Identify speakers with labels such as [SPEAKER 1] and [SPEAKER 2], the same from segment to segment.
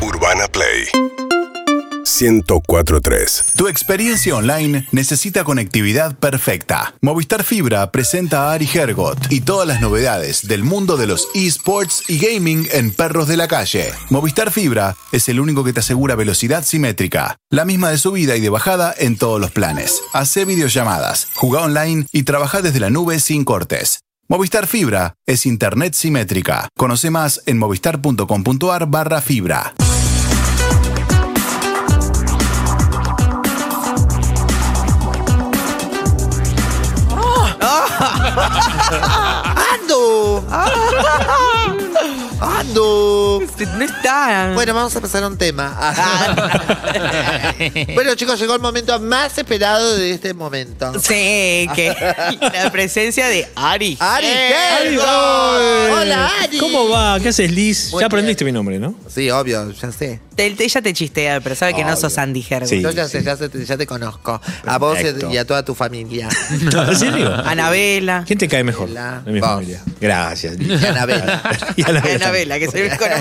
[SPEAKER 1] Urbana Play 1043.
[SPEAKER 2] Tu experiencia online necesita conectividad perfecta. Movistar Fibra presenta a Ari Hergot y todas las novedades del mundo de los esports y gaming en perros de la calle. Movistar Fibra es el único que te asegura velocidad simétrica, la misma de subida y de bajada en todos los planes. Hacé videollamadas, juega online y trabaja desde la nube sin cortes. Movistar Fibra es internet simétrica. Conoce más en movistar.com.ar barra fibra.
[SPEAKER 3] ¡Ando! ¡Ah! ¡Ando!
[SPEAKER 4] No está.
[SPEAKER 3] Bueno, vamos a pasar a un tema. bueno, chicos, llegó el momento más esperado de este momento.
[SPEAKER 4] Sí, que la presencia de Ari.
[SPEAKER 3] ¡Ari
[SPEAKER 5] Ari
[SPEAKER 3] Gelgo!
[SPEAKER 5] Gold.
[SPEAKER 3] ¡Hola, Ari!
[SPEAKER 5] ¿Cómo va? ¿Qué haces, Liz?
[SPEAKER 3] Muy
[SPEAKER 5] ya aprendiste mi nombre, ¿no?
[SPEAKER 3] Sí, obvio, ya sé.
[SPEAKER 4] Te- te- ella te chistea, pero sabe que no sos Andy Hergo.
[SPEAKER 5] Sí.
[SPEAKER 3] Yo ya sé, ya, sé, ya te conozco. A vos
[SPEAKER 5] Perfecto.
[SPEAKER 3] y a toda tu familia.
[SPEAKER 5] ¿En serio?
[SPEAKER 4] Anabela.
[SPEAKER 5] ¿Quién te cae mejor?
[SPEAKER 3] La-
[SPEAKER 5] De mi
[SPEAKER 3] vos.
[SPEAKER 5] familia. Gracias. Liz.
[SPEAKER 3] Y Anabela.
[SPEAKER 5] Y a la vez.
[SPEAKER 4] Anabela, que se ve con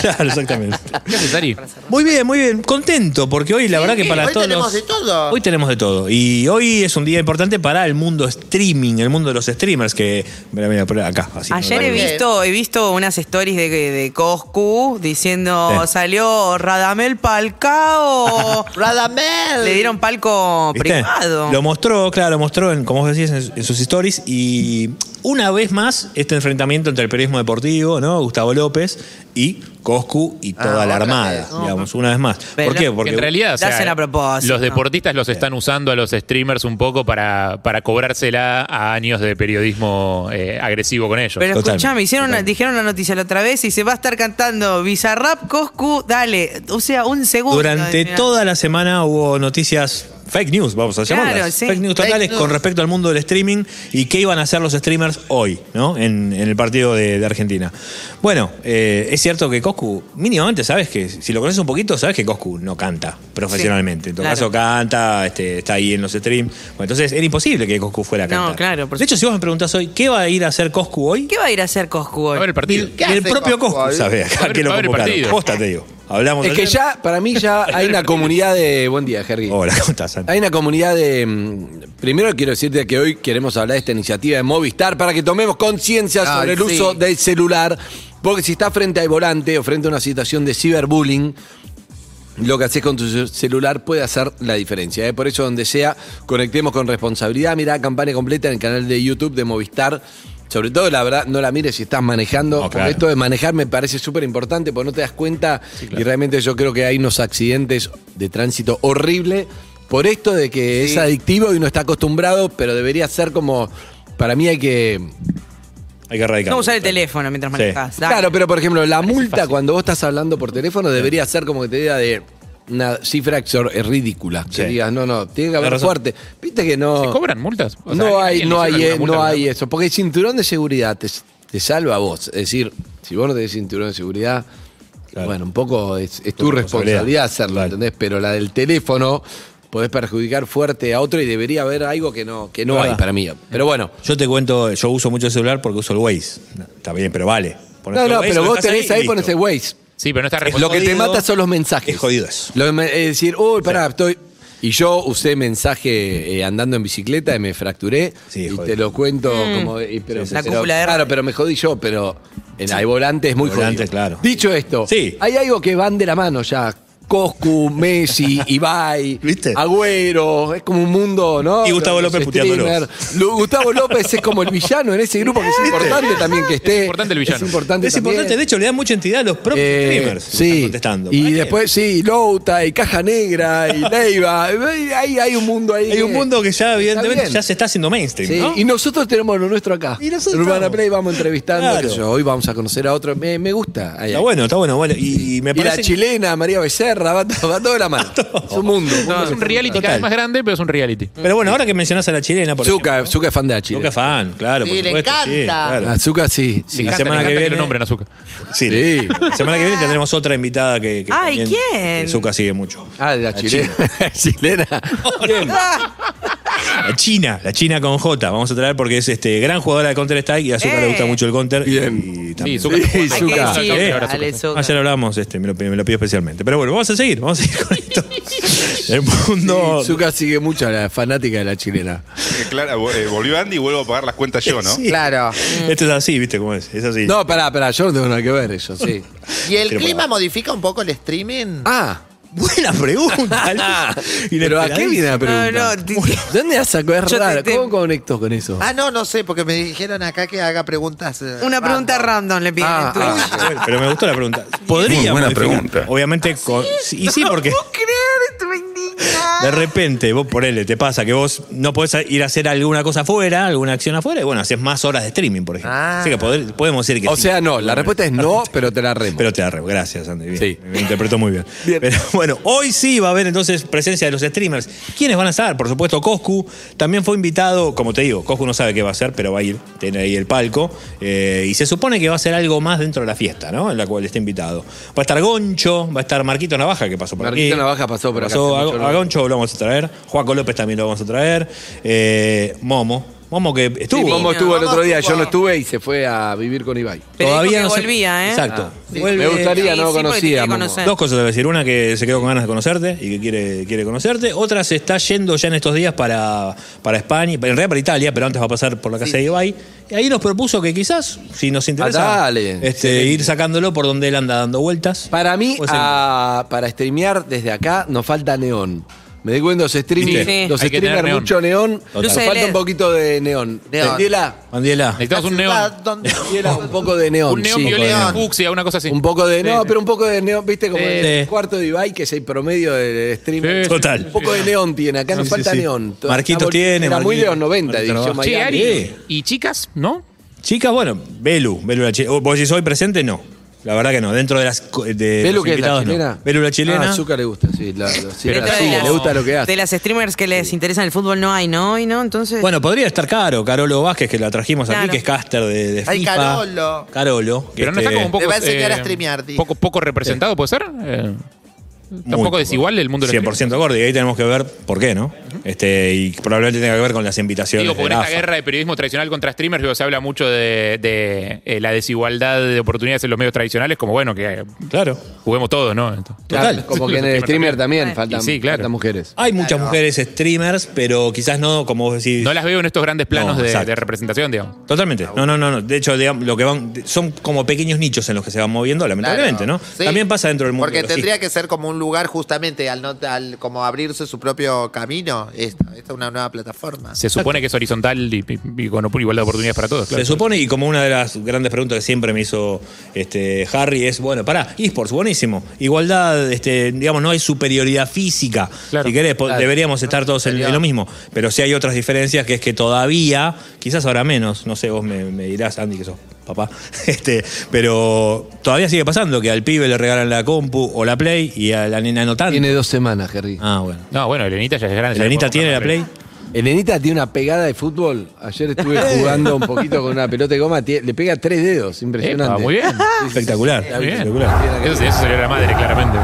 [SPEAKER 5] Claro, exactamente.
[SPEAKER 6] ¿Qué haces, Ari?
[SPEAKER 5] Muy bien, muy bien. Contento, porque hoy la verdad que para
[SPEAKER 3] Hoy
[SPEAKER 5] todos.
[SPEAKER 3] tenemos de todo.
[SPEAKER 5] Hoy tenemos de todo. Y hoy es un día importante para el mundo streaming, el mundo de los streamers, que. Mira, mira, por acá. así.
[SPEAKER 4] Ayer he
[SPEAKER 3] Muy bien.
[SPEAKER 4] visto, he visto unas stories de, de Coscu diciendo
[SPEAKER 5] Sí.
[SPEAKER 4] salió Radamel Palcao.
[SPEAKER 3] ¡Radamel!
[SPEAKER 4] Le dieron palco
[SPEAKER 5] ¿Viste?
[SPEAKER 4] privado.
[SPEAKER 5] Lo mostró, claro, lo mostró, en, como vos decís, en, en sus stories. Y una vez más, este enfrentamiento entre el periodismo deportivo, ¿no? Gustavo López y Coscu y toda
[SPEAKER 3] Ah,
[SPEAKER 5] la
[SPEAKER 3] otra
[SPEAKER 5] armada,
[SPEAKER 3] vez.
[SPEAKER 5] digamos, una vez más.
[SPEAKER 4] Pero-
[SPEAKER 5] ¿Por qué?
[SPEAKER 4] Que
[SPEAKER 5] Porque
[SPEAKER 6] en realidad, o
[SPEAKER 4] Lo hacen
[SPEAKER 6] sea,
[SPEAKER 4] a propósito.
[SPEAKER 6] los deportistas los están usando a los streamers un poco para, para cobrársela a años de periodismo eh, agresivo con ellos.
[SPEAKER 4] Pero
[SPEAKER 5] Totalmente,
[SPEAKER 4] escuchame, hicieron una-
[SPEAKER 5] totalmente.
[SPEAKER 4] dijeron una noticia la otra vez y se va a estar cantando Bizarrap, Coscu, dale. O sea, un segundo.
[SPEAKER 5] Durante
[SPEAKER 4] Mira.
[SPEAKER 5] toda la semana hubo noticias fake news, vamos a
[SPEAKER 4] Claro,
[SPEAKER 5] llamarlas.
[SPEAKER 4] sí.
[SPEAKER 5] Fake news
[SPEAKER 3] Fake
[SPEAKER 5] totales
[SPEAKER 3] news.
[SPEAKER 5] con respecto al mundo del streaming y qué iban a hacer los streamers hoy, ¿no? En, en el partido de, de Argentina. Bueno, eh, es cierto que Coscu, mínimamente sabes que, si lo conoces un poquito, sabes que Coscu no canta profesionalmente. en todo
[SPEAKER 4] claro.
[SPEAKER 5] caso, canta, este, está ahí en los streams. Bueno, entonces era imposible que Coscu fuera a
[SPEAKER 4] No,
[SPEAKER 5] cantar.
[SPEAKER 4] claro, por
[SPEAKER 5] de hecho, si vos me preguntás hoy, ¿qué va a ir a hacer Coscu hoy?
[SPEAKER 4] ¿Qué va a ir a hacer Coscu
[SPEAKER 6] a ver
[SPEAKER 4] hoy?
[SPEAKER 6] el partido.
[SPEAKER 3] ¿Qué
[SPEAKER 5] el
[SPEAKER 3] hace
[SPEAKER 5] propio
[SPEAKER 3] Coscu
[SPEAKER 5] Coscu,
[SPEAKER 3] hoy?
[SPEAKER 5] sabés,
[SPEAKER 6] Va a
[SPEAKER 5] acá
[SPEAKER 6] ver-
[SPEAKER 5] que
[SPEAKER 6] va
[SPEAKER 5] lo
[SPEAKER 6] a ver
[SPEAKER 5] convocaron.
[SPEAKER 6] partido.
[SPEAKER 5] Posta, te digo. Hablamos
[SPEAKER 7] Es que
[SPEAKER 5] ayer.
[SPEAKER 7] ya, para mí ya hay una comunidad de... Buen día, Jerry.
[SPEAKER 5] Hola, ¿cómo estás, Santi?
[SPEAKER 7] Hay una comunidad de... mm, Primero quiero decirte que hoy queremos hablar de esta iniciativa de Movistar para que tomemos conciencia
[SPEAKER 3] Ay,
[SPEAKER 7] sobre el
[SPEAKER 3] sí.
[SPEAKER 7] uso del celular. Porque si estás frente al volante o frente a una situación de ciberbullying, lo que haces con tu celular puede hacer la diferencia. ¿eh? Por eso, donde sea, conectemos con responsabilidad. Mirá, campaña completa en el canal de YouTube de Movistar. Sobre todo, la verdad, no la mires si estás manejando.
[SPEAKER 5] No,
[SPEAKER 7] porque
[SPEAKER 5] claro.
[SPEAKER 7] esto de manejar me parece súper importante porque no te das cuenta. Y realmente yo creo que hay unos accidentes de tránsito horrible por esto de que es adictivo y uno está acostumbrado, pero debería ser como. Para mí hay que.
[SPEAKER 5] Hay que erradicar.
[SPEAKER 4] No usar el teléfono mientras
[SPEAKER 5] Sí.
[SPEAKER 4] manejas. Dale.
[SPEAKER 7] Claro, pero por ejemplo, la multa cuando vos estás hablando por teléfono debería ser como que te diga de una cifra exor- eh, ridícula.
[SPEAKER 5] Sí.
[SPEAKER 7] Que digas, no, no, tiene que
[SPEAKER 5] Tenés
[SPEAKER 7] haber
[SPEAKER 5] razón.
[SPEAKER 7] fuerte. Viste que no.
[SPEAKER 6] ¿Se cobran multas? O sea,
[SPEAKER 7] no hay,
[SPEAKER 6] ¿alguien
[SPEAKER 7] no
[SPEAKER 6] le
[SPEAKER 7] hay,
[SPEAKER 6] hicieron
[SPEAKER 7] eh,
[SPEAKER 6] alguna
[SPEAKER 7] no
[SPEAKER 6] multa?
[SPEAKER 7] hay eso. Porque el cinturón de seguridad te, te salva a vos. Es decir, si vos no tenés cinturón de seguridad,
[SPEAKER 5] Claro.
[SPEAKER 7] bueno, un poco es, es
[SPEAKER 5] Tu
[SPEAKER 7] tu
[SPEAKER 5] responsabilidad.
[SPEAKER 7] responsabilidad hacerlo,
[SPEAKER 5] Claro.
[SPEAKER 7] ¿entendés? Pero la del teléfono podés perjudicar fuerte a otro y debería haber algo que no, que no
[SPEAKER 5] Verdad.
[SPEAKER 7] hay para mí. Pero bueno.
[SPEAKER 5] Yo te cuento, yo uso mucho el celular porque uso el Waze. Está bien, pero vale. Ponés
[SPEAKER 7] No,
[SPEAKER 5] el
[SPEAKER 7] no,
[SPEAKER 5] Waze,
[SPEAKER 7] pero
[SPEAKER 5] lo
[SPEAKER 7] vos
[SPEAKER 5] dejás
[SPEAKER 7] tenés
[SPEAKER 5] y
[SPEAKER 7] ahí,
[SPEAKER 5] listo.
[SPEAKER 7] ponés el Waze.
[SPEAKER 6] Sí, pero no está
[SPEAKER 7] Lo que te
[SPEAKER 5] jodido.
[SPEAKER 7] mata son los mensajes.
[SPEAKER 5] Es jodido eso.
[SPEAKER 7] Lo de me- es decir, uy, pará, estoy. Y yo usé mensaje eh, andando en bicicleta y me fracturé.
[SPEAKER 5] Sí,
[SPEAKER 7] y
[SPEAKER 5] jodido.
[SPEAKER 7] te lo cuento como. y- pero,
[SPEAKER 4] sí, La
[SPEAKER 7] pero-
[SPEAKER 4] cúpula de
[SPEAKER 7] Claro,
[SPEAKER 4] radio.
[SPEAKER 7] pero me jodí yo, pero en el volante es muy
[SPEAKER 5] Volante,
[SPEAKER 7] jodido.
[SPEAKER 5] claro.
[SPEAKER 7] Dicho esto,
[SPEAKER 5] Sí.
[SPEAKER 7] hay algo que van de la mano ya. Coscu, Messi, Ibai,
[SPEAKER 5] ¿Viste?
[SPEAKER 7] Agüero, es como un mundo, ¿no?
[SPEAKER 5] Y Gustavo
[SPEAKER 7] Los
[SPEAKER 5] López
[SPEAKER 7] streamers.
[SPEAKER 5] puteándolos.
[SPEAKER 7] Lu- Gustavo López es como el villano en ese grupo, que es importante también que esté.
[SPEAKER 6] importante el villano.
[SPEAKER 7] Es importante
[SPEAKER 5] Es
[SPEAKER 7] también.
[SPEAKER 5] importante, de hecho, le da mucha entidad a los propios
[SPEAKER 7] Eh,
[SPEAKER 5] streamers. que
[SPEAKER 7] sí.
[SPEAKER 5] están contestando. ¿Para
[SPEAKER 7] Y
[SPEAKER 5] qué?
[SPEAKER 7] después, sí, Louta, y Caja Negra, y Leiva. y Hay, hay un mundo ahí.
[SPEAKER 5] Hay un mundo que ya, evidentemente,
[SPEAKER 7] bien.
[SPEAKER 5] ya se está haciendo mainstream.
[SPEAKER 7] Sí,
[SPEAKER 5] ¿no?
[SPEAKER 7] Y nosotros tenemos lo nuestro acá.
[SPEAKER 5] Y nosotros.
[SPEAKER 7] En Urbana Play vamos entrevistando.
[SPEAKER 5] Claro.
[SPEAKER 7] qué sé yo, hoy vamos a conocer a otro. Me, me gusta. Ahí,
[SPEAKER 5] Está
[SPEAKER 7] ahí.
[SPEAKER 5] bueno, está bueno. bueno. Y, y me
[SPEAKER 7] y la
[SPEAKER 5] parece. que-
[SPEAKER 7] chilena, María Becerra, va, to- va toda la mano. Es un mundo.
[SPEAKER 6] es un reality
[SPEAKER 5] Total.
[SPEAKER 6] cada vez más grande, pero es un reality.
[SPEAKER 5] Pero bueno, ahora que mencionás a la chilena, por
[SPEAKER 7] Zuka,
[SPEAKER 5] ejemplo.
[SPEAKER 7] Zuka es fan de la
[SPEAKER 5] Zucca
[SPEAKER 7] chilena.
[SPEAKER 5] fan, claro.
[SPEAKER 3] Sí,
[SPEAKER 5] por
[SPEAKER 3] le
[SPEAKER 5] supuesto, sí,
[SPEAKER 3] encanta.
[SPEAKER 5] claro.
[SPEAKER 7] Ah, Zuka sí.
[SPEAKER 5] Sí,
[SPEAKER 6] Me
[SPEAKER 5] la
[SPEAKER 6] encanta,
[SPEAKER 5] semana
[SPEAKER 6] me
[SPEAKER 5] que
[SPEAKER 6] encanta
[SPEAKER 5] viene.
[SPEAKER 6] lo nombren a Zucca.
[SPEAKER 5] Sí.
[SPEAKER 7] Sí.
[SPEAKER 5] La semana que viene tendremos otra invitada que. que
[SPEAKER 4] Ay,
[SPEAKER 5] también,
[SPEAKER 4] ¿quién?
[SPEAKER 5] Zucca sigue mucho.
[SPEAKER 7] Ah, de la chilena. chilena.
[SPEAKER 4] Ah,
[SPEAKER 5] La China, la China con J, vamos a traer porque es este gran jugadora de Counter Strike y a Zucca le gusta
[SPEAKER 4] Eh.
[SPEAKER 5] mucho el Counter.
[SPEAKER 7] Bien.
[SPEAKER 5] Y
[SPEAKER 6] Sí,
[SPEAKER 5] también.
[SPEAKER 6] Zucca.
[SPEAKER 7] Sí,
[SPEAKER 4] Hay que
[SPEAKER 7] Zucca.
[SPEAKER 4] decir,
[SPEAKER 5] Eh,
[SPEAKER 4] dale, Zucca.
[SPEAKER 5] Ayer hablábamos, este, me lo, me lo pido especialmente. Pero bueno, vamos a seguir, vamos a seguir con esto. El mundo.
[SPEAKER 7] Sí, Zucca sigue mucho a la fanática de la chilena.
[SPEAKER 1] Eh, Clara, vo- eh, volvió Andy y vuelvo a pagar las cuentas yo, ¿no?
[SPEAKER 5] Sí.
[SPEAKER 3] Claro.
[SPEAKER 5] Esto es así, ¿viste cómo es? Es así.
[SPEAKER 7] No, pará, pará, yo no tengo nada que ver eso, sí.
[SPEAKER 3] ¿Y el
[SPEAKER 5] Pero
[SPEAKER 3] clima
[SPEAKER 5] para-
[SPEAKER 3] modifica un poco el streaming?
[SPEAKER 7] Ah,
[SPEAKER 5] Buena pregunta. Luis.
[SPEAKER 7] pero ¿a qué viene la pregunta?
[SPEAKER 4] No, no, ti-
[SPEAKER 7] ¿Dónde has sacado? Es
[SPEAKER 4] Yo te-
[SPEAKER 7] raro,
[SPEAKER 4] te-
[SPEAKER 7] ¿cómo conectó con eso?
[SPEAKER 3] Ah, no, no sé, porque me dijeron acá que haga preguntas. eh,
[SPEAKER 4] Una pregunta random le piden en
[SPEAKER 7] Ah,
[SPEAKER 4] Twitch.
[SPEAKER 7] ah.
[SPEAKER 5] Bueno, pero me gustó la pregunta. Podría.
[SPEAKER 1] Muy buena
[SPEAKER 5] modificar.
[SPEAKER 1] pregunta.
[SPEAKER 5] Obviamente. con- y sí, porque.
[SPEAKER 4] No puedo creer, estuve indignada.
[SPEAKER 5] De repente, vos por él, te pasa que vos no podés ir a hacer alguna cosa afuera, alguna acción afuera, y bueno, haces más horas de streaming, por ejemplo.
[SPEAKER 3] Ah.
[SPEAKER 5] Así que poder- podemos decir que
[SPEAKER 7] O
[SPEAKER 5] sí.
[SPEAKER 7] sea, no, la respuesta es no, pero te la remo.
[SPEAKER 5] Pero te arrebo. Gracias, Andy. Bien.
[SPEAKER 7] Sí.
[SPEAKER 5] Me interpretó muy bien.
[SPEAKER 7] Bien.
[SPEAKER 5] Pero bueno, hoy sí va a haber entonces presencia de los streamers. ¿Quiénes van a estar? Por supuesto, Coscu. También fue invitado, como te digo, Coscu no sabe qué va a hacer, pero va a ir, tiene ahí el palco. Eh, y se supone que va a ser algo más dentro de la fiesta, ¿no? En la cual está invitado. Va a estar Goncho, va a estar Marquito Navaja, que pasó por
[SPEAKER 7] Marquito
[SPEAKER 5] aquí.
[SPEAKER 7] Navaja pasó por acá hace
[SPEAKER 5] a,
[SPEAKER 7] mucho, ¿no?
[SPEAKER 5] a Goncho lo vamos a traer. Juaco López también lo vamos a traer. Eh, Momo. Momo que estuvo.
[SPEAKER 7] Sí, Momo estuvo el
[SPEAKER 3] Momo
[SPEAKER 7] otro día, yo
[SPEAKER 3] estuvo.
[SPEAKER 7] no estuve y se fue a vivir con Ibai.
[SPEAKER 4] Pero dijo que
[SPEAKER 5] se-
[SPEAKER 4] volvía, ¿eh?
[SPEAKER 5] Exacto.
[SPEAKER 7] Ah, sí. Me gustaría,
[SPEAKER 4] Sí,
[SPEAKER 7] no
[SPEAKER 4] sí, porque
[SPEAKER 7] conocía.
[SPEAKER 4] te
[SPEAKER 7] a Momo.
[SPEAKER 4] conocer.
[SPEAKER 5] Dos cosas te voy a decir. Una que se quedó con ganas de conocerte y que quiere, quiere conocerte. Otra se está yendo ya en estos días para, para España, en realidad para Italia, pero antes va a pasar por la casa de Ibai. Y ahí nos propuso que quizás, si nos interesa,
[SPEAKER 7] Ah, dale.
[SPEAKER 5] este, ir sacándolo por donde él anda dando vueltas.
[SPEAKER 7] Para mí,
[SPEAKER 5] Puede ser.
[SPEAKER 7] a- para streamear desde acá nos falta neón. Me di cuenta los streaming,
[SPEAKER 4] Sí. Sí.
[SPEAKER 7] los
[SPEAKER 6] Hay que
[SPEAKER 7] streamers
[SPEAKER 6] tener neón.
[SPEAKER 7] mucho neón. Nos
[SPEAKER 4] Luces de
[SPEAKER 7] falta
[SPEAKER 4] LED.
[SPEAKER 7] un poquito de neón.
[SPEAKER 3] Neón.
[SPEAKER 7] Daniela,
[SPEAKER 5] Andiela.
[SPEAKER 6] Necesitamos un
[SPEAKER 3] La ciudad
[SPEAKER 6] neón.
[SPEAKER 3] donde-
[SPEAKER 7] Daniela, un poco de neón.
[SPEAKER 6] Un neón
[SPEAKER 7] sí.
[SPEAKER 6] violeta,
[SPEAKER 3] neón.
[SPEAKER 6] fucsia, una cosa así.
[SPEAKER 7] Un poco de.
[SPEAKER 6] Sí,
[SPEAKER 7] No,
[SPEAKER 6] sí.
[SPEAKER 7] pero un poco de neón, viste, como
[SPEAKER 6] Sí.
[SPEAKER 7] el
[SPEAKER 5] Sí.
[SPEAKER 7] cuarto de Ibai, que es el promedio del streaming.
[SPEAKER 6] Sí,
[SPEAKER 5] Total.
[SPEAKER 7] Un poco de neón tiene, acá nos
[SPEAKER 5] Sí, sí,
[SPEAKER 7] falta
[SPEAKER 5] sí.
[SPEAKER 7] neón.
[SPEAKER 5] Marquitos
[SPEAKER 7] Estamos-
[SPEAKER 5] tiene,
[SPEAKER 7] Era muy de los
[SPEAKER 5] Marquitos.
[SPEAKER 7] 90,
[SPEAKER 5] Marquitos
[SPEAKER 7] dijo
[SPEAKER 5] Navaja.
[SPEAKER 6] Che,
[SPEAKER 7] Miami.
[SPEAKER 6] Ari,
[SPEAKER 5] Sí.
[SPEAKER 6] ¿y chicas? ¿No?
[SPEAKER 5] Chicas, bueno, Belu. Belu la chilena. ¿Vos decís hoy presente? No. La verdad que no. Dentro de las. co- De
[SPEAKER 7] ¿Belu
[SPEAKER 5] los
[SPEAKER 7] que es la
[SPEAKER 5] invitados, no.
[SPEAKER 7] chilena?
[SPEAKER 5] Belu la chilena.
[SPEAKER 7] Ah, Zucca le gusta, sí. La, la- sí,
[SPEAKER 6] Pero
[SPEAKER 7] la
[SPEAKER 4] Otra de
[SPEAKER 7] sigue,
[SPEAKER 4] las-
[SPEAKER 7] le gusta lo que hace.
[SPEAKER 4] De las streamers que les interesa el fútbol no hay, ¿no? Y no, entonces.
[SPEAKER 5] Bueno, podría estar Caro, Carolo Vázquez, que la trajimos aquí,
[SPEAKER 4] Claro.
[SPEAKER 5] que es caster de, de FIFA.
[SPEAKER 3] Ay, Carolo.
[SPEAKER 5] Carolo. que
[SPEAKER 6] Pero no está
[SPEAKER 5] este,
[SPEAKER 6] como un poco.
[SPEAKER 3] Te va a enseñar a
[SPEAKER 6] eh,
[SPEAKER 3] streamear, dijo.
[SPEAKER 6] Poco, poco representado, ¿puede ser? Eh, está un
[SPEAKER 5] muy
[SPEAKER 6] poco desigual el mundo del
[SPEAKER 5] 100% acorde, y ahí tenemos que ver por qué, ¿no? este Y probablemente tenga que ver con las invitaciones.
[SPEAKER 6] Digo,
[SPEAKER 5] de
[SPEAKER 6] porque en
[SPEAKER 5] la
[SPEAKER 6] esta
[SPEAKER 5] AFA.
[SPEAKER 6] guerra de periodismo tradicional contra streamers digo, se habla mucho de, de, eh, la desigualdad de oportunidades en los medios tradicionales, como bueno, que eh,
[SPEAKER 5] Claro.
[SPEAKER 6] juguemos todos, ¿no? Entonces,
[SPEAKER 7] Claro,
[SPEAKER 5] Total.
[SPEAKER 7] Como que en el
[SPEAKER 6] Los
[SPEAKER 7] streamer también faltan,
[SPEAKER 6] sí, claro.
[SPEAKER 7] faltan mujeres.
[SPEAKER 5] Hay muchas mujeres streamers, pero quizás no, como vos decís.
[SPEAKER 6] No las veo en estos grandes planos
[SPEAKER 5] No,
[SPEAKER 6] de,
[SPEAKER 5] exacto.
[SPEAKER 6] de representación, digamos.
[SPEAKER 5] Totalmente. No, no, no, no. De hecho, digamos, lo que van son como pequeños nichos en los que se van moviendo, lamentablemente,
[SPEAKER 3] Claro.
[SPEAKER 5] ¿no?
[SPEAKER 3] Sí.
[SPEAKER 5] También pasa dentro del mundo.
[SPEAKER 3] Porque
[SPEAKER 5] de los
[SPEAKER 3] tendría que ser como un lugar justamente al no al como abrirse su propio camino. Esta, esta es una nueva plataforma.
[SPEAKER 6] Se supone que es horizontal y, y- y con igualdad de oportunidades para todos, claro.
[SPEAKER 5] Se supone, y como una de las grandes preguntas que siempre me hizo este, Harry, es, bueno, pará, esports, buenísimo. Igualdad, este, digamos, no hay superioridad física.
[SPEAKER 6] Claro.
[SPEAKER 5] si querés, po- deberíamos estar todos en, en lo mismo. Pero sí hay otras diferencias, que es que todavía, quizás ahora menos, no sé, vos me, me dirás, Andy, que sos papá, este, pero todavía sigue pasando que al pibe le regalan la compu o la play y a la nena no tanto.
[SPEAKER 7] Tiene dos semanas, Jerry.
[SPEAKER 5] Ah, bueno.
[SPEAKER 6] No, bueno, Elenita ya es grande. ya le
[SPEAKER 5] ¿Elenita
[SPEAKER 6] podemos
[SPEAKER 5] tiene la
[SPEAKER 6] comprar
[SPEAKER 5] play?
[SPEAKER 7] Elenita tiene una pegada de fútbol. Ayer estuve jugando un poquito con una pelota de goma. tie- Le pega tres dedos, impresionante.
[SPEAKER 6] Epa, muy bien.
[SPEAKER 5] Espectacular.
[SPEAKER 6] Muy bien.
[SPEAKER 5] espectacular.
[SPEAKER 6] Eso, eso sería la madre, claramente.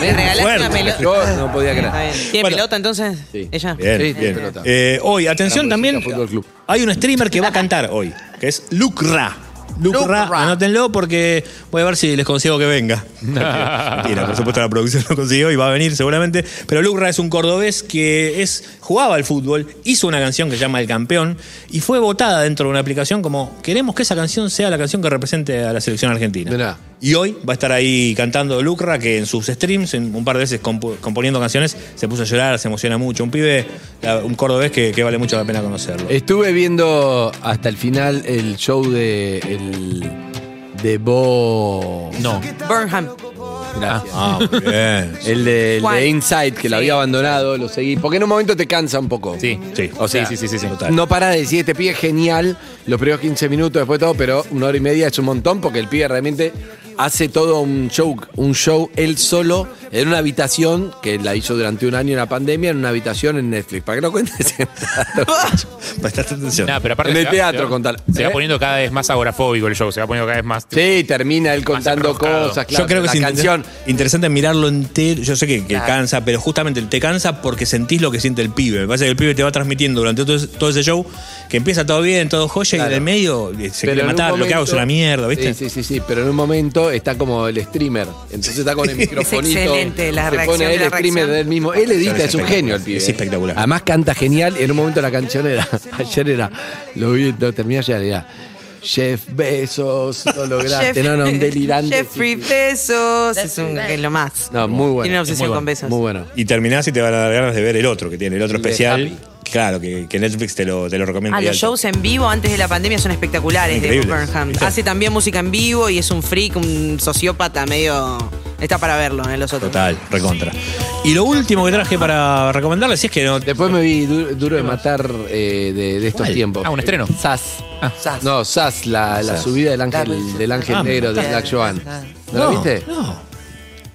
[SPEAKER 4] me regalaste una
[SPEAKER 5] Fuerte.
[SPEAKER 4] pelota.
[SPEAKER 7] Yo no podía
[SPEAKER 4] Está
[SPEAKER 7] creer.
[SPEAKER 4] bien. ¿Tiene
[SPEAKER 5] Bueno.
[SPEAKER 4] pelota entonces?
[SPEAKER 7] Sí.
[SPEAKER 4] Ella.
[SPEAKER 5] Bien,
[SPEAKER 7] Sí,
[SPEAKER 5] bien.
[SPEAKER 7] pelota.
[SPEAKER 5] Eh, hoy, atención
[SPEAKER 7] Para
[SPEAKER 5] también,
[SPEAKER 7] Bolsita Fútbol Club.
[SPEAKER 5] hay un streamer que va a cantar hoy, que es Lucra. Lucra,
[SPEAKER 3] Lucra.
[SPEAKER 5] anótenlo porque voy a ver si les consigo que venga. Mentira, por supuesto la producción lo consiguió y va a venir seguramente. Pero Lucra es un cordobés que es, jugaba al fútbol, hizo una canción que se llama El Campeón y fue votada dentro de una aplicación como queremos que esa canción sea la canción que represente a la selección argentina.
[SPEAKER 7] Mirá.
[SPEAKER 5] Y hoy va a estar ahí cantando Lucra, que en sus streams, en un par de veces compu- componiendo canciones, se puso a llorar, se emociona mucho. Un pibe, la- un cordobés que, que vale mucho la pena conocerlo.
[SPEAKER 6] Eh,
[SPEAKER 7] Estuve viendo hasta el final el show de. El, de Bo.
[SPEAKER 6] No.
[SPEAKER 4] Burnham.
[SPEAKER 7] Gracias.
[SPEAKER 5] Ah, muy bien.
[SPEAKER 7] El de, el
[SPEAKER 4] Juan.
[SPEAKER 7] de Inside, que lo
[SPEAKER 4] Sí.
[SPEAKER 7] había abandonado, lo seguí. Porque en un momento te cansa un poco.
[SPEAKER 6] Sí, Oh, sí.
[SPEAKER 7] O sea,
[SPEAKER 6] sí, sí, sí, sí, sí.
[SPEAKER 7] No para de decir, este pibe es genial, los primeros 15 minutos, después todo, pero una hora y media es un montón porque el pibe realmente hace todo un show, un show él solo en una habitación que la hizo durante un año en la pandemia, en una habitación en Netflix. Para que no cuentes.
[SPEAKER 5] Prestaste atención.
[SPEAKER 6] Nah, pero aparte
[SPEAKER 7] En el
[SPEAKER 6] se va-
[SPEAKER 7] teatro,
[SPEAKER 6] se va-
[SPEAKER 7] con tal.
[SPEAKER 6] Se va
[SPEAKER 7] ¿Eh?
[SPEAKER 6] poniendo cada vez más agorafóbico el show, se va poniendo cada vez más.
[SPEAKER 7] Sí, termina él contando
[SPEAKER 6] enroscado.
[SPEAKER 7] cosas.
[SPEAKER 5] Yo creo que
[SPEAKER 7] la
[SPEAKER 5] es inter-
[SPEAKER 7] canción.
[SPEAKER 5] interesante mirarlo entero. Yo sé que, que
[SPEAKER 3] Claro.
[SPEAKER 5] cansa, pero justamente te cansa porque sentís lo que siente el pibe. Me parece que el pibe te va transmitiendo durante todo, ese- todo ese show que empieza todo bien, todo joya, y en el medio eh, se quiere
[SPEAKER 7] en un
[SPEAKER 5] matar. Lo que hago es
[SPEAKER 7] momento-
[SPEAKER 5] una mierda, ¿viste?
[SPEAKER 7] Sí, sí, sí, sí, pero en un momento está como el streamer. Entonces está con el microfonito.
[SPEAKER 4] excelente la
[SPEAKER 7] se
[SPEAKER 4] reacción,
[SPEAKER 7] pone él
[SPEAKER 4] la
[SPEAKER 7] streamer
[SPEAKER 4] reacción.
[SPEAKER 7] del mismo. Él edita, es un
[SPEAKER 5] espectacular.
[SPEAKER 7] genio el pibe. ¿eh?
[SPEAKER 5] Es espectacular.
[SPEAKER 7] Además canta genial. En un momento la canción era. Ayer era. Lo vi, lo terminé ayer, era. Jeff Bezos, lo lograste.
[SPEAKER 4] Jeff-
[SPEAKER 7] no, no, un delirante.
[SPEAKER 4] Jeffrey Bezos es, un, es lo más.
[SPEAKER 7] No, muy bueno.
[SPEAKER 4] Tiene una obsesión
[SPEAKER 5] muy
[SPEAKER 4] con Bezos.
[SPEAKER 7] Muy bueno.
[SPEAKER 5] Y terminás y te van a dar ganas de ver el otro que tiene, el otro
[SPEAKER 7] El de
[SPEAKER 5] especial.
[SPEAKER 7] Happy.
[SPEAKER 5] Claro, que, que Netflix te lo, te lo recomienda.
[SPEAKER 4] Ah,
[SPEAKER 5] y
[SPEAKER 4] los
[SPEAKER 5] alto.
[SPEAKER 4] shows en vivo antes de la pandemia son espectaculares de Bob
[SPEAKER 5] Increíbles.
[SPEAKER 4] Burnham.
[SPEAKER 5] Sí.
[SPEAKER 4] Hace también música en vivo y es un freak, un sociópata medio. Está para verlo en los otros.
[SPEAKER 5] Total, recontra. Y lo último que traje para recomendarles si es que no.
[SPEAKER 7] Después me vi du- Duro de Matar eh, de, de estos
[SPEAKER 6] ¿Cuál?
[SPEAKER 7] tiempos.
[SPEAKER 6] Ah, un estreno.
[SPEAKER 7] Sas.
[SPEAKER 3] Sas.
[SPEAKER 7] No, Sas, la, la subida del ángel,
[SPEAKER 3] Claro.
[SPEAKER 7] del ángel
[SPEAKER 5] Ah,
[SPEAKER 7] negro de
[SPEAKER 4] claro.
[SPEAKER 7] Black Joan. ¿No, la viste?
[SPEAKER 5] No.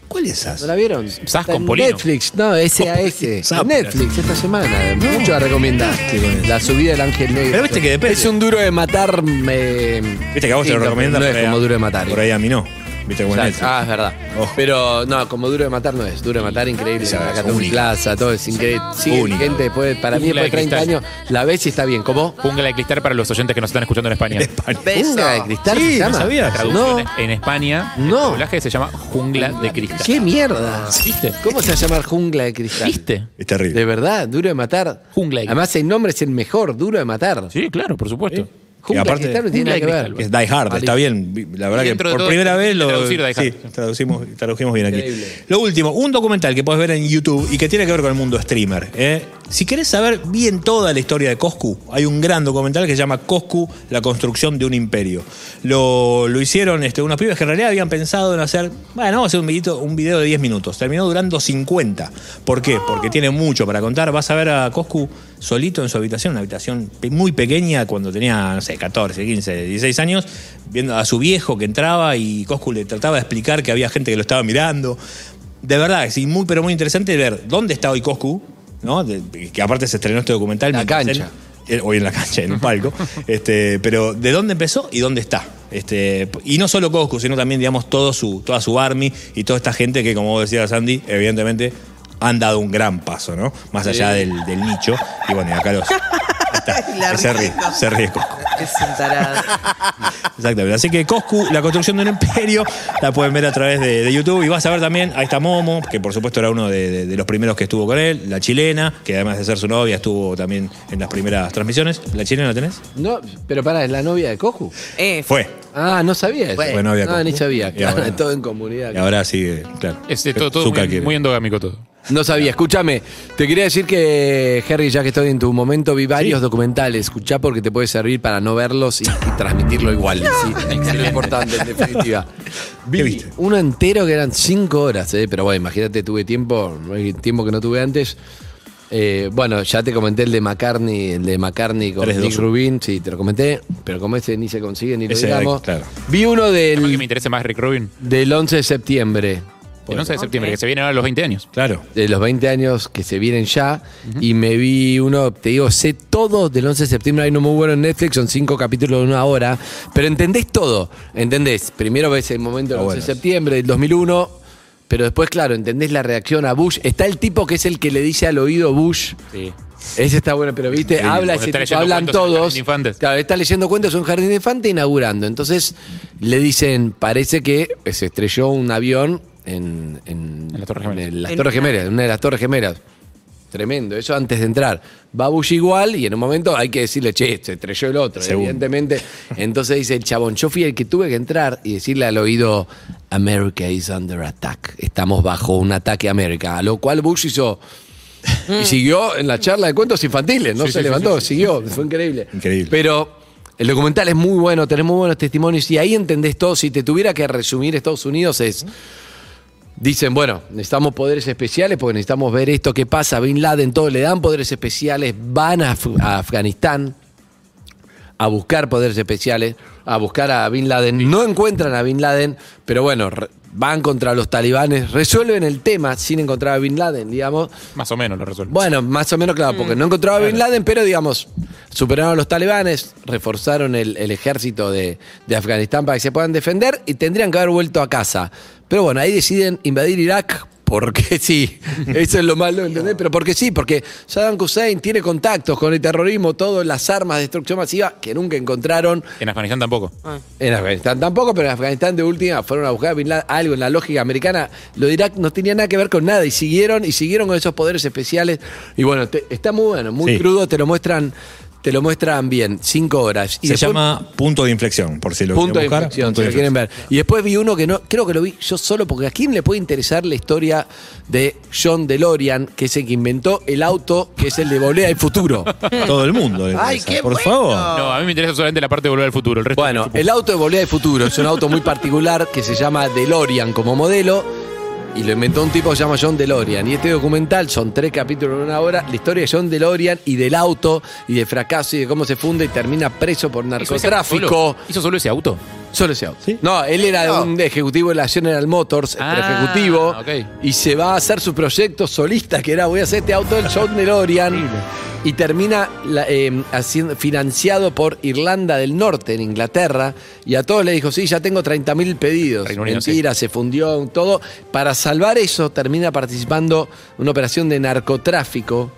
[SPEAKER 5] ¿Cuál es esa?
[SPEAKER 7] ¿No la vieron? Está
[SPEAKER 6] con
[SPEAKER 7] en
[SPEAKER 6] Polino.
[SPEAKER 7] Netflix, no, SAS.
[SPEAKER 5] Zap.
[SPEAKER 7] En Netflix esta semana. Mucho la recomendaste. con La subida del ángel negro.
[SPEAKER 5] Pero viste que depende.
[SPEAKER 7] Es un duro de matar. eh,
[SPEAKER 5] Viste que a vos te
[SPEAKER 7] distinto,
[SPEAKER 5] lo recomiendan.
[SPEAKER 7] No es
[SPEAKER 5] por ahí a-
[SPEAKER 7] como duro de matar.
[SPEAKER 5] Por ahí a mí no. Viste que bueno
[SPEAKER 7] Exacto.
[SPEAKER 5] es.
[SPEAKER 7] Ah, es verdad.
[SPEAKER 5] Ojo.
[SPEAKER 7] Pero no, como duro de matar no es. Duro de matar, increíble.
[SPEAKER 5] Esa
[SPEAKER 7] la
[SPEAKER 5] es
[SPEAKER 7] Catón
[SPEAKER 5] única.
[SPEAKER 7] Plaza, todo es increíble. Sí,
[SPEAKER 5] Única.
[SPEAKER 7] gente después, para mí
[SPEAKER 6] Jungla
[SPEAKER 7] después de
[SPEAKER 6] de
[SPEAKER 7] 30 años,
[SPEAKER 6] cristal.
[SPEAKER 7] la ves y está bien. ¿Cómo?
[SPEAKER 6] Jungla de cristal para los oyentes que nos están escuchando en España.
[SPEAKER 4] Beso.
[SPEAKER 7] Jungla de cristal
[SPEAKER 5] Sí,
[SPEAKER 7] se
[SPEAKER 5] no
[SPEAKER 7] llama.
[SPEAKER 5] sabía.
[SPEAKER 6] La traducción
[SPEAKER 7] No,
[SPEAKER 6] en España,
[SPEAKER 7] No.
[SPEAKER 6] el doblaje se llama Jungla de cristal.
[SPEAKER 7] qué mierda.
[SPEAKER 6] ¿Viste?
[SPEAKER 7] ¿Cómo se va a llamar jungla de cristal?
[SPEAKER 6] ¿Viste?
[SPEAKER 5] Es
[SPEAKER 7] De
[SPEAKER 5] terrible.
[SPEAKER 7] verdad, duro de matar.
[SPEAKER 6] Jungla de cristal.
[SPEAKER 7] Además, el nombre es el mejor, duro de matar.
[SPEAKER 6] Sí, claro, por supuesto.
[SPEAKER 7] ¿Eh? Jungla
[SPEAKER 5] aparte-
[SPEAKER 7] de cristal no tiene
[SPEAKER 6] Jungla
[SPEAKER 7] nada
[SPEAKER 6] de
[SPEAKER 7] que ver.
[SPEAKER 5] Es Die Hard, está bien. La verdad
[SPEAKER 6] Y
[SPEAKER 5] que
[SPEAKER 6] dentro de
[SPEAKER 5] por
[SPEAKER 6] todo,
[SPEAKER 5] primera vez lo
[SPEAKER 6] traducir Die Hard.
[SPEAKER 5] sí, traducimos, tradujimos bien aquí.
[SPEAKER 7] Increíble.
[SPEAKER 5] Lo último, un documental que puedes ver en YouTube y que tiene que ver con el mundo streamer. ¿eh? Si querés saber bien toda la historia de Coscu, hay un gran documental que se llama Coscu, la construcción de un imperio. Lo, lo hicieron este, unos pibes que en realidad habían pensado en hacer, bueno, vamos a hacer un videito- un video de 10 minutos. Terminó durando 50. ¿Por qué? Porque tiene mucho para contar. Vas a ver a Coscu solito en su habitación, una habitación pe- muy pequeña, cuando tenía, no sé, 14, 15, 16 años, viendo a su viejo que entraba y Coscu le trataba de explicar que había gente que lo estaba mirando. De verdad, es muy, pero muy interesante ver dónde está hoy Coscu, ¿no? De- que aparte se estrenó este documental.
[SPEAKER 7] La
[SPEAKER 5] mientras
[SPEAKER 7] cancha.
[SPEAKER 5] él- Eh, hoy en la cancha, en un palco. este, pero de dónde empezó y dónde está. Este, y no solo Coscu, sino también, digamos, todo su, toda su army y toda esta gente que, como decía Sandy, evidentemente han dado un gran paso, ¿no? Más allá del, del nicho. Y bueno, y acá los.
[SPEAKER 4] La
[SPEAKER 5] Está, se ríe,
[SPEAKER 4] risa.
[SPEAKER 5] se ríe Coscu.
[SPEAKER 4] Es un tarado.
[SPEAKER 5] Exactamente. Así que Coscu, la construcción de un imperio, la pueden ver a través de, de YouTube. Y vas a ver también, ahí está Momo, que por supuesto era uno de, de- de los primeros que estuvo con él, la chilena, que además de ser su novia, estuvo también en las primeras transmisiones. ¿La chilena la tenés?
[SPEAKER 7] No, pero pará, es la novia de Coju.
[SPEAKER 4] Eh,
[SPEAKER 5] Fue.
[SPEAKER 7] Ah, no sabía eso.
[SPEAKER 5] Fue novia
[SPEAKER 7] no,
[SPEAKER 5] con-
[SPEAKER 7] ni sabía.
[SPEAKER 5] Y
[SPEAKER 7] Claro,
[SPEAKER 5] ahora-
[SPEAKER 7] todo en comunidad.
[SPEAKER 5] Y ahora sigue, claro.
[SPEAKER 6] Es de Este, todo, todo
[SPEAKER 5] Zucca
[SPEAKER 6] muy,
[SPEAKER 5] quiere.
[SPEAKER 6] muy endogámico todo.
[SPEAKER 7] No sabía. Escúchame, te quería decir que, Harry, ya que estoy en tu momento, vi varios documentales. Escuchá porque te puede servir para no verlos y, y transmitirlo igual. Sí, es lo importante, en definitiva.
[SPEAKER 5] ¿Qué viste?
[SPEAKER 7] Uno entero que eran cinco horas, eh, pero bueno, imagínate, tuve tiempo, el tiempo que no tuve antes. Eh, bueno, ya te comenté el de McCartney, el de McCartney con
[SPEAKER 5] Tres,
[SPEAKER 7] Nick
[SPEAKER 5] dos, uno.
[SPEAKER 7] Rubin, sí, te lo comenté, pero como ese ni se consigue ni lo
[SPEAKER 5] Ese,
[SPEAKER 7] digamos.
[SPEAKER 5] claro.
[SPEAKER 7] Vi uno
[SPEAKER 6] Además que me
[SPEAKER 7] del,
[SPEAKER 6] interesa más Rick Rubin.
[SPEAKER 7] del 11 de septiembre.
[SPEAKER 6] El 11 de septiembre, que se vienen ahora los 20 años.
[SPEAKER 5] Claro.
[SPEAKER 7] de los 20 años que se vienen ya y me vi uno, te digo, sé todo del 11 de septiembre, hay uno muy bueno en Netflix, son cinco capítulos de una hora, pero entendés todo, entendés, primero ves el momento del
[SPEAKER 5] Ah,
[SPEAKER 7] 11 de
[SPEAKER 5] bueno.
[SPEAKER 7] septiembre del 2001, pero después, claro, entendés la reacción a Bush, está el tipo que es el que le dice al oído Bush.
[SPEAKER 6] Sí.
[SPEAKER 7] Ese está bueno, pero viste,
[SPEAKER 6] Sí, porque
[SPEAKER 7] habla ese
[SPEAKER 6] está
[SPEAKER 7] tipo,
[SPEAKER 6] leyendo
[SPEAKER 7] hablan
[SPEAKER 6] cuentos en
[SPEAKER 7] todos.
[SPEAKER 6] Jardín de Infantes.
[SPEAKER 7] Claro, está leyendo cuentos en un jardín de infante inaugurando. Entonces le dicen, parece que eh, se estrelló un avión en, en,
[SPEAKER 6] En las Torres Gemelas.
[SPEAKER 7] en las Torres Gemelas, en una de las Torres Gemelas. Tremendo, eso antes de entrar. Va Bush igual y en un momento hay que decirle, che, se estrelló el otro,
[SPEAKER 5] Según.
[SPEAKER 7] evidentemente. Entonces dice el chabón, yo fui el que tuve que entrar y decirle al oído, America is under attack. Estamos bajo un ataque a América. A lo cual Bush hizo... Y siguió en la charla de cuentos infantiles, no se levantó, siguió, fue increíble.
[SPEAKER 5] Increíble.
[SPEAKER 7] Pero el documental es muy bueno, tenés muy buenos testimonios y ahí entendés todo. Si te tuviera que resumir Estados Unidos es... Dicen, bueno, necesitamos poderes especiales porque necesitamos ver esto que pasa. Bin Laden, todo le dan poderes especiales, van a, Af- a Afganistán, a buscar poderes especiales, a buscar a Bin Laden. No encuentran a Bin Laden, pero bueno, re- van contra los talibanes, resuelven el tema sin encontrar a Bin Laden, digamos.
[SPEAKER 6] Más o menos lo resuelve.
[SPEAKER 7] Bueno, más o menos claro, porque no encontraron a Bin Laden, pero digamos, superaron a los talibanes, reforzaron el, el ejército de, de Afganistán para que se puedan defender y tendrían que haber vuelto a casa. Pero bueno, ahí deciden invadir Irak. Porque sí, eso es lo malo, ¿entendés? Pero porque sí, porque Saddam Hussein tiene contactos con el terrorismo, todas las armas de destrucción masiva que nunca encontraron.
[SPEAKER 6] En Afganistán tampoco.
[SPEAKER 7] En Afganistán tampoco, pero en Afganistán de última fueron a buscar a Bin Laden, algo en la lógica americana. Lo de Irak no tenía nada que ver con nada y siguieron y siguieron con esos poderes especiales. Y bueno, te- está muy bueno, muy
[SPEAKER 5] Sí.
[SPEAKER 7] crudo, te lo muestran, te lo muestran bien, cinco horas. Y
[SPEAKER 5] se
[SPEAKER 7] después-
[SPEAKER 5] llama punto de inflexión, por si lo
[SPEAKER 7] punto de
[SPEAKER 5] quieren buscar.
[SPEAKER 7] inflexión,
[SPEAKER 5] Punto
[SPEAKER 7] si
[SPEAKER 5] de
[SPEAKER 7] lo quieren ver. Y después vi uno que no, creo que lo vi yo solo, porque a quién le puede interesar la historia de John DeLorean, que es el que inventó el auto, que es el de Volver al Futuro.
[SPEAKER 5] inflexión. Todo el mundo. le
[SPEAKER 3] Ay,
[SPEAKER 5] interesa.
[SPEAKER 3] qué
[SPEAKER 5] por
[SPEAKER 3] bueno.
[SPEAKER 5] favor.
[SPEAKER 6] No, a mí me interesa solamente la parte de volver al futuro. El resto me
[SPEAKER 7] Bueno,
[SPEAKER 6] chupa.
[SPEAKER 7] el auto de Volver al Futuro es un auto muy particular que se llama DeLorean como modelo y lo inventó un tipo que se llama John DeLorean. Y este documental son tres capítulos de una hora, la historia de John DeLorean y del auto y del fracaso y de cómo se funde y termina preso por
[SPEAKER 6] ¿Hizo ese auto
[SPEAKER 7] narcotráfico.
[SPEAKER 6] solo? ¿Hizo solo ese auto?
[SPEAKER 7] Solo ese auto. No, él era
[SPEAKER 3] No.
[SPEAKER 7] un ejecutivo de la General Motors,
[SPEAKER 6] Ah,
[SPEAKER 7] pero ejecutivo,
[SPEAKER 6] ok.
[SPEAKER 7] y se va a hacer su proyecto solista, que era voy a hacer este auto del John DeLorean, y termina la- eh, haciendo- financiado por Irlanda del Norte, en Inglaterra, y a todos le dijo, sí, ya tengo 30.000 pedidos.
[SPEAKER 6] Reino Unido,
[SPEAKER 7] Mentira, se fundió, todo. Para salvar eso, termina participando en una operación de narcotráfico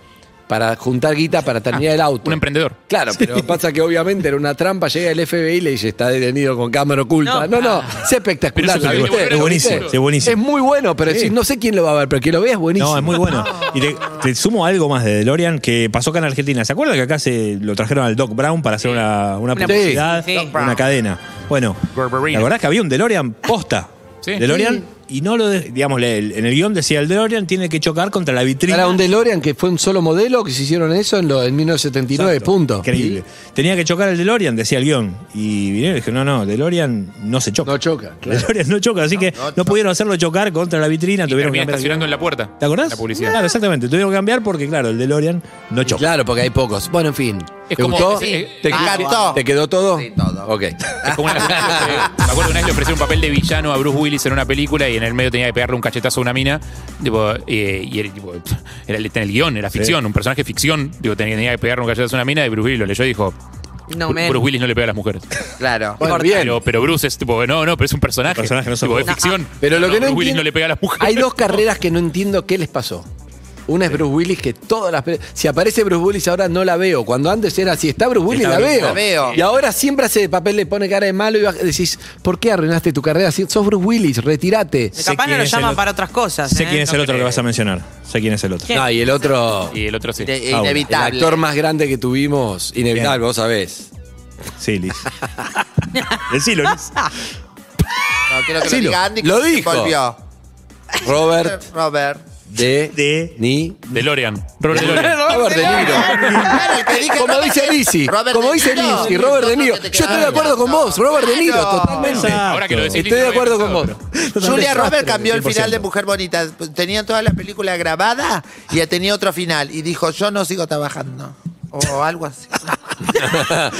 [SPEAKER 7] para juntar guita para terminar el auto.
[SPEAKER 6] Un emprendedor.
[SPEAKER 7] Claro, pero pasa que obviamente era una trampa, llega el FBI y le dice, está detenido con cámara oculta. No,
[SPEAKER 4] No.
[SPEAKER 7] no, es espectacular.
[SPEAKER 6] Pero eso
[SPEAKER 7] ¿lo
[SPEAKER 6] es buenísimo,
[SPEAKER 7] viste? ¿Lo
[SPEAKER 6] es
[SPEAKER 5] buenísimo,
[SPEAKER 7] viste?
[SPEAKER 5] es buenísimo.
[SPEAKER 7] Es muy bueno, pero decís, no sé quién lo va a ver, pero que lo vea es buenísimo.
[SPEAKER 5] No, es muy bueno. Y te, te sumo algo más de DeLorean que pasó acá en Argentina. ¿Se acuerdan que acá se lo trajeron al Doc Brown para hacer una,
[SPEAKER 4] Una
[SPEAKER 5] una publicidad,
[SPEAKER 4] publicidad, sí.
[SPEAKER 5] una cadena? Bueno,
[SPEAKER 6] Barbarina.
[SPEAKER 5] la verdad es que había un DeLorean posta.
[SPEAKER 6] Sí.
[SPEAKER 5] DeLorean y no lo, de- digamos, le- el- en el guión decía el DeLorean tiene que chocar contra la vitrina.
[SPEAKER 7] Era un DeLorean que fue un solo modelo que se hicieron eso en, lo- en 1979,
[SPEAKER 5] Exacto.
[SPEAKER 7] punto.
[SPEAKER 5] Increíble. Tenía que chocar el DeLorean, decía el guión. Y vinieron y dijeron, no, no, DeLorean no se choca.
[SPEAKER 7] No choca, claro.
[SPEAKER 5] DeLorean no choca, así que no, pudieron hacerlo chocar contra la vitrina.
[SPEAKER 6] Y
[SPEAKER 5] Tuvieron que
[SPEAKER 6] termina
[SPEAKER 5] cambiar el
[SPEAKER 6] estacionando en la puerta.
[SPEAKER 5] ¿Te acordás?
[SPEAKER 6] La publicidad.
[SPEAKER 5] Claro, exactamente. Tuvieron que cambiar porque, claro, el DeLorean no
[SPEAKER 7] Y
[SPEAKER 5] choca.
[SPEAKER 7] Claro, porque hay pocos. Bueno, en fin.
[SPEAKER 6] Es
[SPEAKER 7] ¿Te
[SPEAKER 6] como-
[SPEAKER 7] gustó?
[SPEAKER 6] sí,
[SPEAKER 7] ¿Te,
[SPEAKER 3] me
[SPEAKER 7] quedó-
[SPEAKER 3] encantó.
[SPEAKER 7] ¿Te quedó todo?
[SPEAKER 3] Sí, todo.
[SPEAKER 7] Ok.
[SPEAKER 6] Es como una- me acuerdo que una vez le ofreció un papel de villano a Bruce Willis en una película y en el medio tenía que pegarle un cachetazo a una mina. Tipo, eh, y era, tipo, era el, en el guión, era ficción, un personaje ficción. Digo, tenía, tenía que pegarle un cachetazo a una mina y Bruce Willis lo leyó y dijo:
[SPEAKER 4] No,
[SPEAKER 6] "Bru-
[SPEAKER 4] man.
[SPEAKER 6] Bruce Willis no le pega a las mujeres.
[SPEAKER 3] Claro.
[SPEAKER 7] Bueno, bien.
[SPEAKER 6] Pero, pero Bruce es tipo, no, no, pero es un personaje.
[SPEAKER 5] Un personaje, no
[SPEAKER 6] Tipo,
[SPEAKER 5] somos-
[SPEAKER 6] es ficción.
[SPEAKER 7] Pero lo que no
[SPEAKER 6] Bruce Willis
[SPEAKER 7] entiendo-
[SPEAKER 6] no le pega a las mujeres.
[SPEAKER 7] Hay dos carreras que no entiendo qué les pasó. Una es Bruce Willis, que todas las. pe- Si aparece Bruce Willis ahora no la veo. Cuando antes era si está Bruce Willis,
[SPEAKER 6] Está
[SPEAKER 7] la,
[SPEAKER 6] Bruce
[SPEAKER 7] veo.
[SPEAKER 3] Willis, la veo.
[SPEAKER 7] Y ahora siempre hace de papel, le pone cara de malo y baja- decís, ¿por qué arruinaste tu carrera? Si sos Bruce Willis, retirate.
[SPEAKER 5] Sí. Sé
[SPEAKER 4] Capaz no
[SPEAKER 5] quién
[SPEAKER 4] lo
[SPEAKER 5] es el
[SPEAKER 4] llaman
[SPEAKER 5] otro.
[SPEAKER 4] para otras cosas.
[SPEAKER 5] Sé
[SPEAKER 4] ¿eh?
[SPEAKER 5] quién es
[SPEAKER 4] No
[SPEAKER 5] el otro que
[SPEAKER 4] creo.
[SPEAKER 5] vas a mencionar. Sé quién es el otro.
[SPEAKER 4] ¿Quién?
[SPEAKER 7] No, y el otro.
[SPEAKER 6] Y el otro sí.
[SPEAKER 3] De-
[SPEAKER 5] Ah, bueno.
[SPEAKER 7] El
[SPEAKER 3] eh, inevitable.
[SPEAKER 7] actor más grande que tuvimos, inevitable, vos sabés.
[SPEAKER 5] Sí, Liz. Decilo, Liz.
[SPEAKER 3] No, quiero que
[SPEAKER 7] Sí,
[SPEAKER 3] lo
[SPEAKER 7] lo-
[SPEAKER 3] diga Andy, que
[SPEAKER 7] lo
[SPEAKER 3] se
[SPEAKER 7] dijo.
[SPEAKER 3] volvió.
[SPEAKER 7] Robert
[SPEAKER 3] Robert.
[SPEAKER 7] de,
[SPEAKER 5] De-
[SPEAKER 7] Ni.
[SPEAKER 6] DeLorean. Robert DeLorean.
[SPEAKER 7] Robert De Niro.
[SPEAKER 3] Claro, el que dije
[SPEAKER 7] Como
[SPEAKER 3] Robert-
[SPEAKER 7] dice Lizzy,
[SPEAKER 3] Robert
[SPEAKER 7] como
[SPEAKER 3] De
[SPEAKER 7] dice
[SPEAKER 3] Niro.
[SPEAKER 7] Lizzy, Robert De Niro.
[SPEAKER 3] No, no te
[SPEAKER 7] Yo estoy de
[SPEAKER 3] quedas
[SPEAKER 7] acuerdo con vos, Robert De Niro,
[SPEAKER 3] Claro.
[SPEAKER 7] totalmente.
[SPEAKER 5] Exacto.
[SPEAKER 6] Ahora que lo decís,
[SPEAKER 7] Estoy de
[SPEAKER 6] no había
[SPEAKER 7] acuerdo con
[SPEAKER 6] pensado,
[SPEAKER 7] vos.
[SPEAKER 6] pero-
[SPEAKER 3] Julia Robert cambió el
[SPEAKER 5] 100%.
[SPEAKER 3] final de Mujer Bonita. Tenía todas las películas grabadas y tenía otro final. Y dijo, yo no sigo trabajando. O algo así.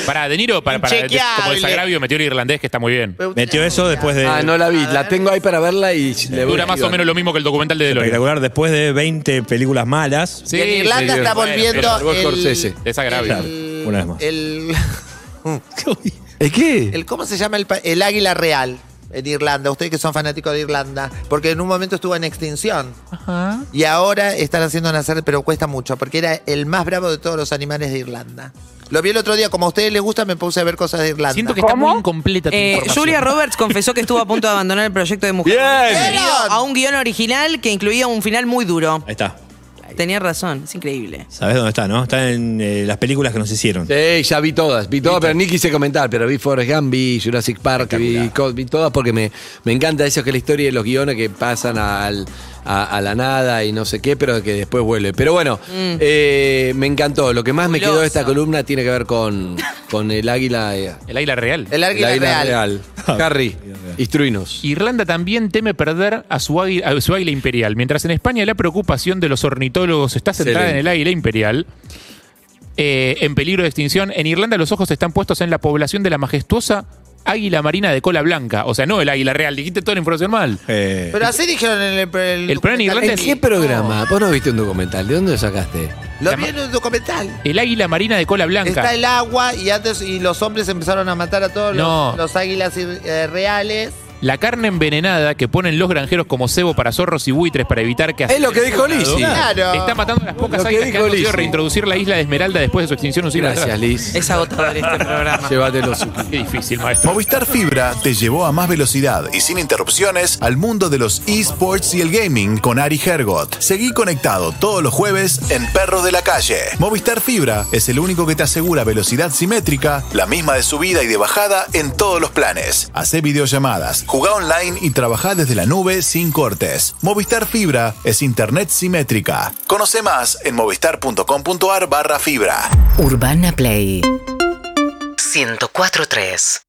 [SPEAKER 6] Para De Niro, para, para- de- como
[SPEAKER 3] Inchequeable.
[SPEAKER 6] desagravio, metió el irlandés, que está muy bien.
[SPEAKER 5] Metió eso después de.
[SPEAKER 7] Ah, no la vi, la tengo ahí para verla y le voy
[SPEAKER 6] Dura más o menos lo mismo que el documental de DeLorean.
[SPEAKER 5] Espectacular, después de 20 películas malas.
[SPEAKER 6] Sí,
[SPEAKER 3] Y en Irlanda
[SPEAKER 6] sí,
[SPEAKER 3] está
[SPEAKER 6] bueno,
[SPEAKER 3] volviendo
[SPEAKER 7] pero-
[SPEAKER 3] el,
[SPEAKER 7] Scorsese.
[SPEAKER 6] Desagravio.
[SPEAKER 5] Claro, una vez más.
[SPEAKER 3] el,
[SPEAKER 7] ¿Es qué?
[SPEAKER 3] el- ¿Cómo se llama el, pa- el águila real en Irlanda? Ustedes que son fanáticos de Irlanda. Porque en un momento estuvo en extinción. Y ahora están haciendo nacer, pero cuesta mucho. Porque era el más bravo de todos los animales de Irlanda. Lo vi el otro día. Como a ustedes les gusta, me puse a ver cosas de Irlanda.
[SPEAKER 6] Siento que está muy incompleta tu
[SPEAKER 4] Eh,
[SPEAKER 6] información.
[SPEAKER 4] Julia Roberts confesó que estuvo a punto de abandonar el proyecto de Mujer
[SPEAKER 7] Bien.
[SPEAKER 4] Debido a un guión original que incluía un final muy duro.
[SPEAKER 5] Ahí está.
[SPEAKER 4] Tenía razón, es increíble.
[SPEAKER 5] Sabés dónde está, ¿no? Está en eh, las películas que nos hicieron.
[SPEAKER 7] Sí, ya vi todas, vi todas, pero ni quise comentar, pero vi Forrest Gump, vi Jurassic Park, vi, co- vi todas porque me, me encanta eso que es la historia de los guiones que pasan al- a, a la nada y no sé qué, pero que después vuelve. Pero bueno,
[SPEAKER 3] Mm.
[SPEAKER 7] eh, me encantó. Lo que más me quedó de esta
[SPEAKER 4] Fabuloso.
[SPEAKER 7] columna tiene que ver con, con el águila, eh,
[SPEAKER 6] El águila real.
[SPEAKER 3] El
[SPEAKER 7] el
[SPEAKER 3] águila,
[SPEAKER 7] águila
[SPEAKER 3] real.
[SPEAKER 7] real. Harry, instruinos.
[SPEAKER 6] Irlanda también teme perder a su, águila, a su águila imperial, mientras en España la preocupación de los ornitólogos está centrada
[SPEAKER 7] Excelente.
[SPEAKER 6] en el águila imperial. eh, en peligro de extinción. En Irlanda los ojos están puestos en la población de la majestuosa águila marina de cola blanca. O sea, no el águila real. Dijiste toda la información mal.
[SPEAKER 5] Eh,
[SPEAKER 3] Pero así dijeron en el. El,
[SPEAKER 6] El plan
[SPEAKER 3] documental.
[SPEAKER 6] en Irlanda
[SPEAKER 7] ¿En
[SPEAKER 6] es-
[SPEAKER 7] qué programa? Vos no viste un documental. ¿De dónde lo sacaste?
[SPEAKER 3] Lo vi en un documental.
[SPEAKER 6] El águila marina de cola blanca.
[SPEAKER 3] Está el agua y antes y los hombres empezaron a matar a todos
[SPEAKER 6] No.
[SPEAKER 3] los, los águilas ir- eh, reales.
[SPEAKER 6] La carne envenenada que ponen los granjeros como cebo para zorros y buitres para evitar que...
[SPEAKER 7] Es lo que dijo Lizzy.
[SPEAKER 3] Claro.
[SPEAKER 6] Está matando a las pocas
[SPEAKER 7] Lo que
[SPEAKER 6] águilas que
[SPEAKER 7] dijo
[SPEAKER 6] han conseguido
[SPEAKER 7] Lizzy.
[SPEAKER 6] reintroducir la isla de Esmeralda después de su extinción un siglo
[SPEAKER 7] Gracias,
[SPEAKER 6] atrás.
[SPEAKER 7] Liz.
[SPEAKER 4] Es agotador este programa.
[SPEAKER 7] Llévatelo, Suki.
[SPEAKER 6] Qué difícil, maestro.
[SPEAKER 2] Movistar Fibra te llevó a más velocidad y sin interrupciones al mundo de los esports y el gaming con Ari Hergot. Seguí conectado todos los jueves en Perros de la Calle. Movistar Fibra es el único que te asegura velocidad simétrica, la misma de subida y de bajada en todos los planes. Hacé videollamadas, jugá online y trabajá desde la nube sin cortes. Movistar Fibra es internet simétrica. Conoce más en movistar.com.ar barra fibra.
[SPEAKER 8] Urbana Play 104.3